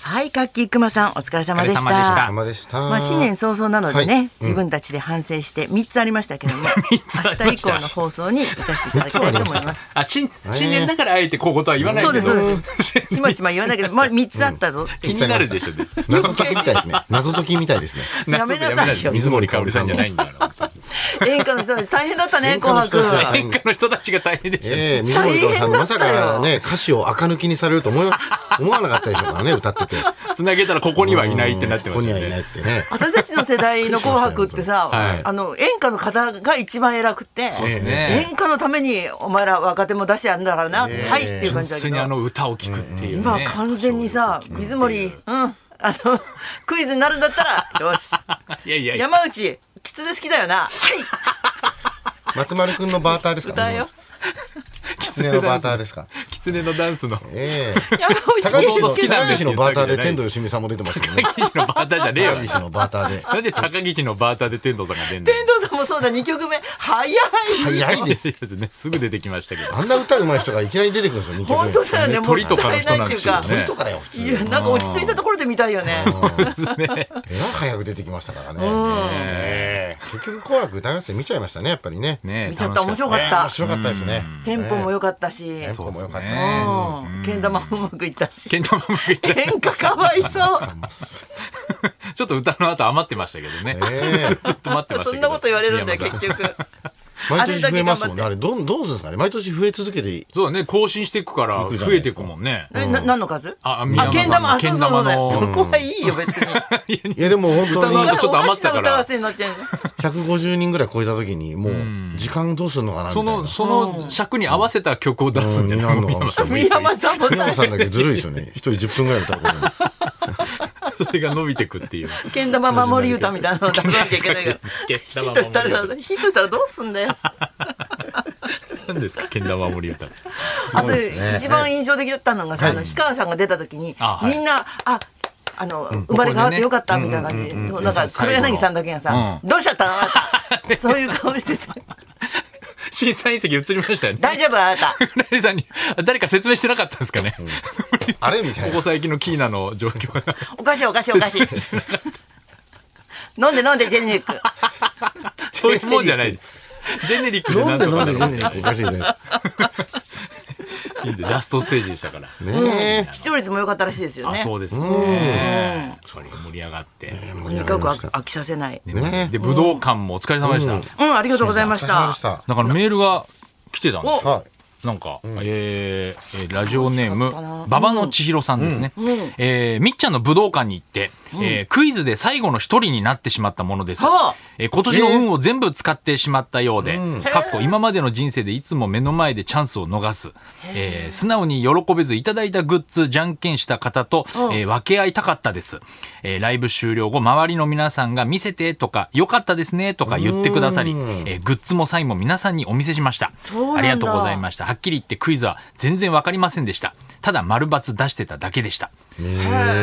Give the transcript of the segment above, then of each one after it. はい、カッキークマさん、お疲れ様でした。お疲れ様でした様でした。まあ、新年早々なのでね、はいうん自分たちで反省して3つありましたけども、つありました明日以降の放送に生かしていただきたいと思います。 あ新新年だからあえてこういうことは言わないそうけでどす、そう です。ちまちま言わないけど、まあ、3つあったぞってい気う。になるでしょ別謎解きみた いですね。謎解きみたいですね。にやめなさいよ水森かおりさんじゃないんだから演歌の人たち大変だったね、演歌紅の人たちは白。演歌の人たちが大変でしょええ水森かおりさ大ん変だまったさよかね歌詞を垢抜きにされると 思い思わなかったでしょうからね歌ってて。つなげたらここにはいないってなってこまこすによはいないねってね。私たちの世代の紅白ってさ、はいあの、演歌の方が一番偉くて、うですね演歌のためにお前ら若手も出してやるんだからな、ねはいっていう感純じだ粋けにあど、の歌を聴くっていう今ね完全にさ、水森、うん、あの、クイズになるんだったら、よし。いやいやいや山内キツネ好きだよなはい松丸くんのバーターですか。歌えよ狐のバーターですか。狐のダンスのえ え。山高内岸好のきなん高です岸よのバーターで天童よしみさんも出てますけどね。高岸のバーターじゃねえ高わ岸のバーターで。なんで高岸のバーターで天童さんが出んの天童さんもそうだ2曲目早い早いです。すねすぐ出てきましたけどあんな歌うまい人がいきなり出てくるんですよ。二曲目本当だよねも鳥っとかたのい人なないってんいでうすよかね鳥とかだよ普い通。やなんか落ち着いたところで見たいよねえらい早く出てきましたからね。ね結局紅白歌合戦見ちゃいましたねやっぱりね。え見ちゃった面白か楽しっええた面白かったですね。テンポも良かったしテンポも良かそうでった。すねうんけん玉もうまくいったしけん玉もいた演歌かわい そうちょっと歌の後余ってまましたけどね ええずっと待ってましたそけどんなこと言われるんだよ宮本結さ局毎年増えますもんね。ああれどうどうするんですかね。毎年増え続け ていい。そうだね更新していくからいくじ増ゃないえですかていくもんねえな何の数あ宮あ本けさんん玉あそけうんそうそ玉うだよのそこはいいよ別にいやでも本当歌のに後ちょっとお余かっしなたか歌合ら戦になっちゃう150人ぐらい超えた時にもう時間どうするのかなみたそいな。のその尺に合わせた曲を出すんじゃないうんなるのかもしれない宮本さんも宮大本変さんだけずるいですよね。一人10分ぐらい歌うことに。 それが 伸びてくっていうけん玉守り歌みたいなのを出さなきゃいけないからけんヒッ玉守トり歌したらヒットしたらどうすんだよ何ですかけん玉盛り歌あごといですね一番印象的だったのがさあの氷川さんが出た時にあはいみんなああの生まれ変わってよかったみたいな感じでここでねうんうんうんうんなんか黒柳さんだけがさうどうしちゃったのあな たそういう顔してて 審査員席映りましたよね大丈夫あなた 船井さんに誰か説明してなかったんですかね、あれみたこいなこ。最近のキーナの状況 がおかしいおかしいお かしい飲んで飲んでジェネリックそういうもんじゃないジェネリックで飲なんんでと飲んかでだろ飲んでおかしいじゃないですか。いいんでラストステージでしたから、ね視聴率も良かったらしいですよあねそうですねそれが盛り上がって、え。とにかく飽きさせないねで武道館もお疲れ様でした、うんうんありがとうございましお疲れ様たでした。だからメールが来てたんですはなんか、えーえーラジオネーム楽しかったな、馬場の千尋さんですね。えーみっちゃんの武道館に行って、えークイズで最後の一人になってしまったものですはあ。えー今年の運を全部使ってしまったようで、かっこ今までの人生でいつも目の前でチャンスを逃す。えー素直に喜べずいただいたグッズ、じゃんけんした方と、うんえー分け合いたかったです。えーライブ終了後、周りの皆さんが見せてとか、よかったですねとか言ってくださり、えうんーグッズもサインも皆さんにお見せしました。そうなんだありがとうございました。はっきり言ってクイズは全然わかりませんでした。ただ丸×出してただけでした。い。ね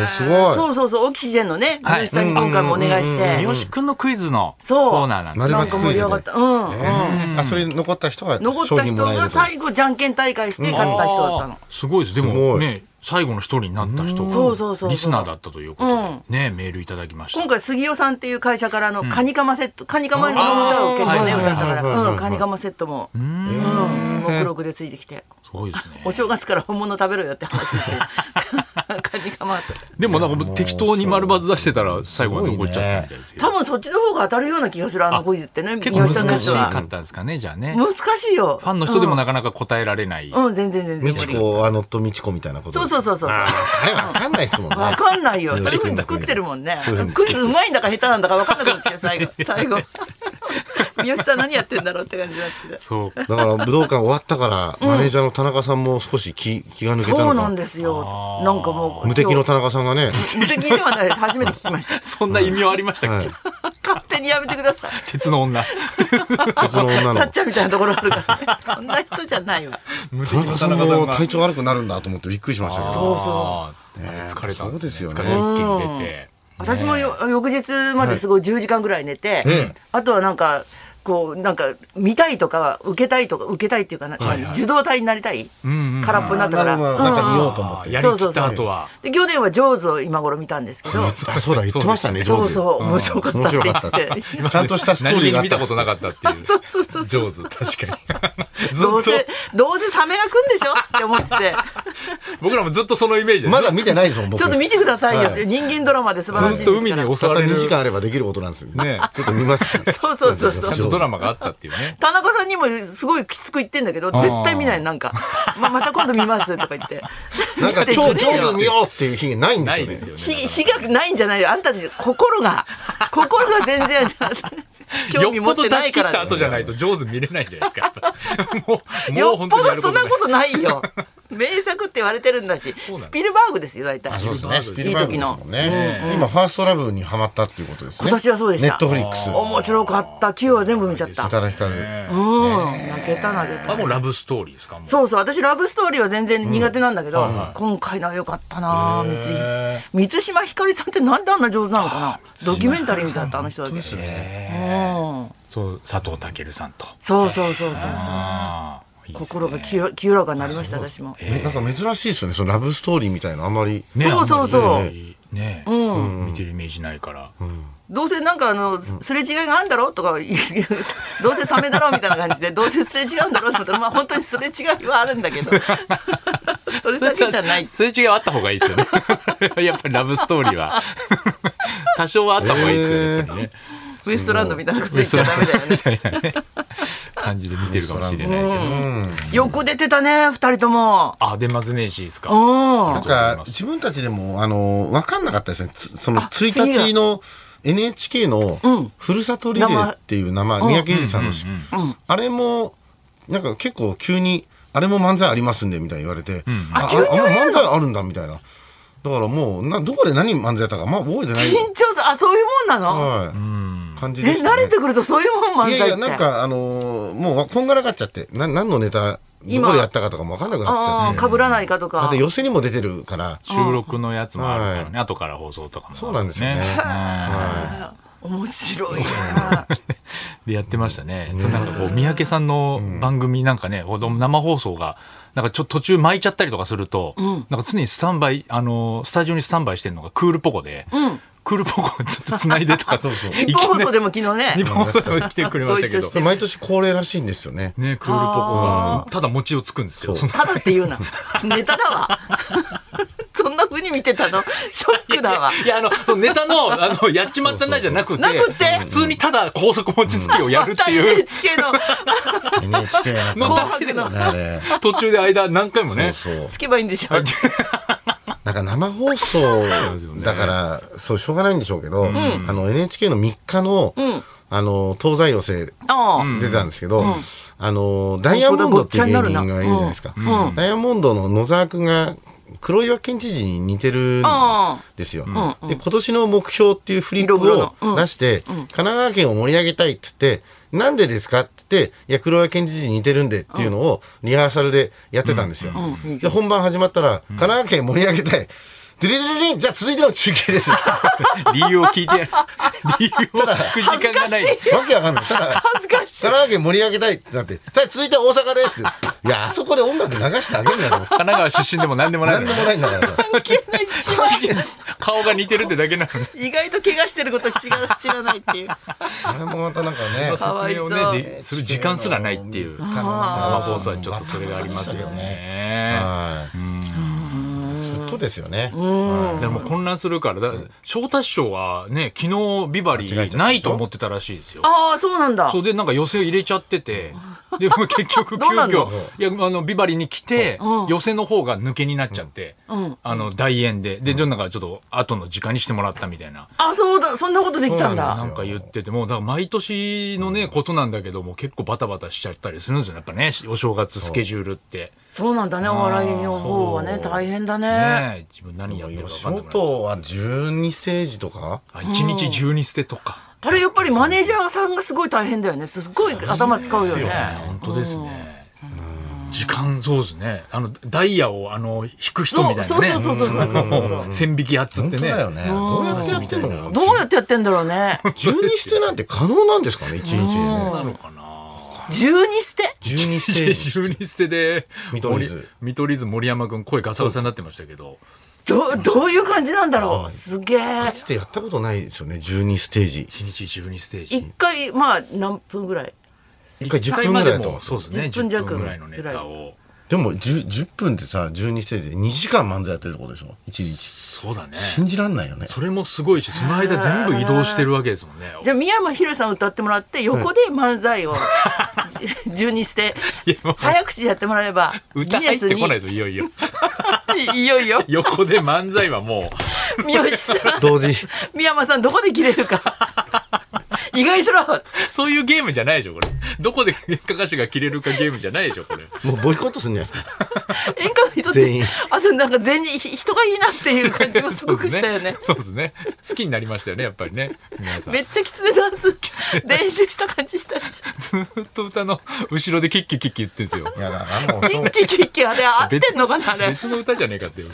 えすごい。そうそうそうオキシジェンのねは三好いさんに今回もお願いして三好くんのクイズのそうコーナーなんです丸ねな抜んかき盛クイりズで上がった。うん、うん。あそれ残った人が残っ商た品人もらえがると。最後じゃんけん大会して勝った人だったの。あーすごいです。ですごもいね、最後の一人になった人そうそうそうそがうリスナーだったということうんで、ね、メールいただきました今。回杉尾さんっていう会社からあのカニカマセット、カニカマの歌を結構ねあー歌ったから、はいはいはいはいうんカニカマセットも、うん、目録でついてきて。すごいですねお。正月から本物食べろよって話 ですけどカニカマとでもなんかもう適当に丸×出してたら最後まで残っちゃったみたいですけど多分そっちの方が当たるような気がするあのクイズってね三好結さん構のや難つしかはったんですかね、じゃあね。難しいよファンの人でもなかなか答えられない。うん、うん全然全美然智子あのと美智子みたいなこと。そうそうう。そうそうそうあれわかんないですもんね。わかんないよ。うんそういうふうに作ってるもんねそういうふう。にクイズうまいんだか下手なんだかわかんなくなってきて 最後。最後。三好さん何やってんだろうって感じなんですけど。そうか。だから武道館終わったからマネージャーの田中さんも少し気気が抜けたそうのなんか。ですよ。なんかもう。無敵の田中さん がね。無敵ではないです。初めて聞きま した。そんな異名ありましたっはけい。勝手にやめてください。鉄の 女。別の女の。さっちゃんみたいなところあるから ね。そんな人じゃないわ。無田中さんも体調悪くなるんだと思ってびっくりしましたけど。そうそう。う疲れたんそうですよね疲れ一気に出て私もよ翌日まですごい10時間ぐらい寝て、ええあとはなんかこうなんか見たいとか受けたいとか受けたいっていうかな、はいはい受動体になりたい、うんうん空っぽになったから、あーなるほどなんか見ようと思ってやりきった後は。で去年は「ジョーズ」を今頃見たんですけどあそうだ言ってましたねそう上そう面白かったって言ってて、手ちゃんとしたストーリーが何気にあ見たことなっかったっていう。そうそうそうそう上手、確かに。ずっどとう、せどうせサメが来んでしょって思って て僕らもずっとそのイメージたでまだ見てないですもん僕ちょっと見てくださいよ、人間ドラマで素晴らしいずんっとです海かにら襲たっわたれる2時間あればできることなんですねねちょっと見ますそうそうそうそうちゃんとドラマがあったっていうね。田中さんにもすごいきつく言ってんだけどー絶対見ないなんか、ままた今度見ますとか 言ってなんか超上見てくれよ手に見ようっていう日ないんでなすよいねですよね。火火がないんじゃないよあんたたち心が心が全 然興味よ持っっぽどて出なしい切かっらたです後じゃないと上手見れないんじゃないですか。もう、もようっ本ぽ当にどやるそこんとなないことないよ名作って言われてるんだしなんだスピルバーグですよ大体あそうでいすいね。時のスピルバーグですもんね。うん今ファーストラブにハマったっていうことですね。今年はそうでしたネットフリックス。面白かった9話全部見ちゃった宇多田ヒカうル。ん泣けた泣けあ、たもうラブストーリーですか。もうそうそう私ラブストーリーは全然苦手なんだけど、はいはい今回のは良かったなへ三井ー満島ひかりさんってなんであんな上手なのかなドキュメンタリーみたいだったあの人だけ、ですね。うん、そう、佐藤健さんと。そうそうそうそうそうああ。いいですね心が清ら清らかになりました私もなんか珍しいですよね。そのラブストーリーみたいなあんまり。ねそうそうそうあんまりね、見てるイメージないから。どうせなんかあのすすれ違いがあるんだろうとか 言うどうせサメだろうみたいな感じでどうせすれ違うんだろうと思ったらまあ本当にすれ違いはあるんだけどそれだけじゃない数字があった方がいいですよ ね。やっぱりラブストーリーは。多少はあった方がいいですよね。やっぱりね。ウエストランドみたいなこと言っちゃダメだよね感じで見てるかもしれないけど。よく出てたね二人ともあ、年末年始ですか。うんなんか自分たちでもあの分かんなかったですね。つその1次が日の NHK のうんふるさとリレーっていう名前、三宅裕司さんのしあれもなんか結構急にあれも漫才ありますんでみたいに言われて、ああ急に言われるのあ漫才あるんだみたいな。だからもうなどこで何漫才やったかまあ覚えてない。緊張するあそういうもんなのはい、感じえでした、ね。慣れてくるとそういうもん漫才っいてやいやなんかあのーもうこんがらがっちゃってな何のネタど今こでやったかとかも分かんなくなっちゃあっあてかぶらないかとあかと寄せにも出てるから収録のやつもあるからうんね。後から放送とかも。そうなんですよね面白いなでやってましたね。そうなんかこう、三宅さんの番組なんかね、ほんと生放送が、なんかちょっと途中巻いちゃったりとかすると、なんか常にスタンバイ、あのー、スタジオにスタンバイしてるのがクールポコで、クールポコずっと繋いでとか、日本放送でも昨日ね日本放送に来てくれましたけご一緒どし。てで毎年恒例らしいんですよね ね、クールポコが、ただ餅をつくんですよ。そのただって言うな。ネタだわ。そんな風に見てたの。ショックだわ。いや、あの、そのネタの、あの、やっちまったなじゃなくて、なくて、普通にただ高速餅つきをやるっていう NHK の NHK やな 紅ん白の。かねあれ途中で間何回もそうね、そうつけばいいんでしょ。なんか生放送だからそうしょうがないんでしょうけど、あの NHK の3日の、んあの東西寄せああ。出たんですけど、あのダイヤモンドっていう芸人がいるじゃないですか、本当だごっちゃになるなうんうんダイヤモンドの野沢君が黒岩県知事に似てるんああですよ、んで今年の目標っていうフリップ色黒のうんを出して、神奈川県を盛り上げたいっつってなんでですかって言っていや黒岩県知事に似てるんでっていうのをリハーサルでやってたんですよ、うんうんで本番始まったら、神奈川県盛り上げたいデレデレリンじゃあ続いての中 継ですわ理由を聞いてやる、理由を聞く時間がない。けわかんないただ恥ずかしい神。奈川県盛り上げたいってなって、さあ続いては大 阪です。いや、あそこで音楽流してあげるんだろ。神奈川出身でも何で もないなのんにでもないんだからさ。関係ない一番顔が似てるってだけなのに。意外と怪我してること知ら知らないっていう。あれもまたなんかね。 かわいそう説明をね、でする時間すらないっていう。生生放送はちょっとそれがありますよね。はい。ずっとですよね。でも混乱するから、だ翔太師匠はね、昨日ビバリ間違えちゃったでしーょないと思ってたらしいですよ。ああ、そうなんだそ。うで、なんか予選入れちゃってて、で、もう結局 急どうな遽んの、いや、あの、ビバリーに来てうん、予選の方が抜けになっちゃってん、あの、大円で、で、なんかちょっと後の時間にしてもらったみたいな。あ、そうだ。そんなことできたんそだうな。んか言ってて、もう、だから毎年のね、ことなんだけども、結構バタバタしちゃったりするんですよね。やっぱね、お正月スケジュールって。そうなんだね。お笑いの方はね、そう大変だね。ねえ自分何やってるか分吉かんなくなる。本は12世紀とかあ、1日12捨てとか。あれやっぱりマネージャーさんがすごい大変だよね。すっごい頭使うよねね。本当ですね。時間、そうですね。あの、ダイヤを、あの、引く人みたいなね。そうそうそうそうそうそうそううん線引きやっつっ本て当ね。だよね。どうやってやってるのどうやってやってんだろうね。十二捨てなんて可能なんですかね、一日でね。なのかな十二捨て十二捨 て。十二捨てで、見取り図森見取り図森山くん声ガサガサになってましたけど。どどういう感じなんだろはういすげえかつてやったことないですよね、十二ステージ。一日十二ステージ一。回まあ何分ぐらい一回10分ぐらいだと思一回までもうそうですね。 10分10弱分ぐらいのネタを。でも10、10分でさ、12ステージで2時間漫才やってるってことでしょ一日。そうだね。信じらんないよね。それもすごいし、その間全部移動してるわけですもんね。じゃあ宮山ひろさん歌ってもらって横で漫才を十二捨て いやもう早口でやってもらえばギ歌ネ入っスてにこないといよいよ。 いいよいよ 横で漫才はも三好さん同時。宮山さんどこで切れるか意外にしろっつってう、そういうゲームじゃないでしょ、これ。どこで 演歌歌手が切れるかゲームじゃないでしょ、これ。 もうボイコットするんじゃないですか。演歌の人っ全て員あとなんか全員ひ人がいいなっていう感じもすごくしたよね そうですね。そうですね好きになりましたよね、やっぱりね。皆さんめ。っちゃきつねダンス練習した感じしたしずーっと歌の後ろでキッキキッキ言ってるんですよ。いや、だからもうキンキキッキあれ合ってんのかなあれ別の歌じゃねえかっていう。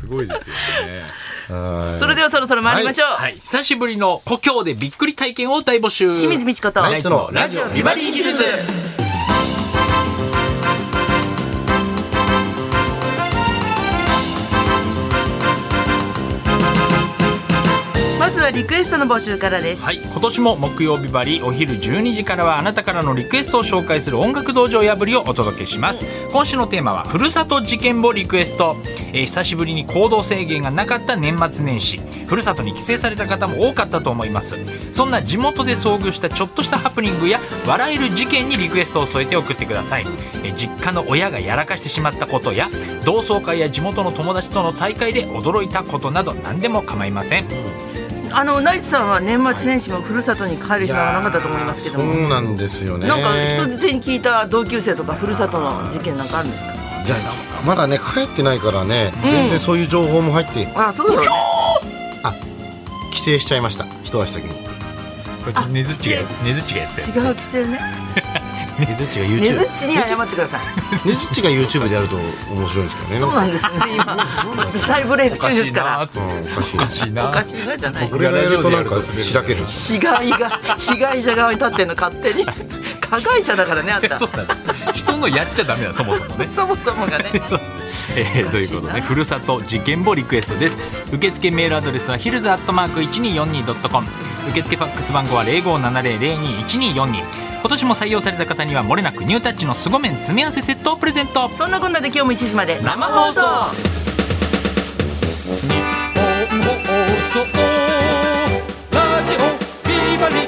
すごいですよ ね。それではそろそろ参りましょう、はい。久しぶりの故郷でびっくり体験を大募集。清水美智子とナイツのララジジオオビビババリリーーヒヒルルズズ。まずはリクエストの募集からです、はい、今年も木曜日バリお昼12時からはあなたからのリクエストを紹介する音楽道場破りをお届けします今週のテーマはふるさと事件簿リクエスト、えー久しぶりに行動制限がなかった年末年始ふるさとに帰省された方も多かったと思いますそんな地元で遭遇したちょっとしたハプニングや笑える事件にリクエストを添えて送ってください、えー実家の親がやらかしてしまったことや同窓会や地元の友達との再会で驚いたことなど何でも構いませんあのナイツさんは年末年始もふるさとに帰る暇がなかったと思いますけども、そうなんですよね。なんか人づてに聞いた同級生とかふるさとの事件なんかあるんですかいやまだね、帰ってないからね、全然そういう情報も入って、あそうだろ帰省しちゃいました。一足先に。これねずっちがねずっちがやってう違う規制ねねずっちが YouTube。ねずっちに謝ってくださいねずっちが YouTube でやると面白いんですけどね。そうなんですよね今再ブレイク中ですからうんおかしいおかな。しいおなかしいなじゃない俺がやるとなんかしらけるんですよ。被害が被害者側に立ってんの 勝手に加害者だからねあん たそうだね人のやっちゃダメだそもそもねそもそもがねえーおとかいしういなことでふるさと事件簿リクエストです受付メールアドレスはヒルズアットマーク 1242.com 受付ファックス番号は0570021242今年も採用された方にはもれなくニュータッチの凄麺詰め合わせセットをプレゼントそんなこんなで今日も1時まで生放送放送ラジオビバリー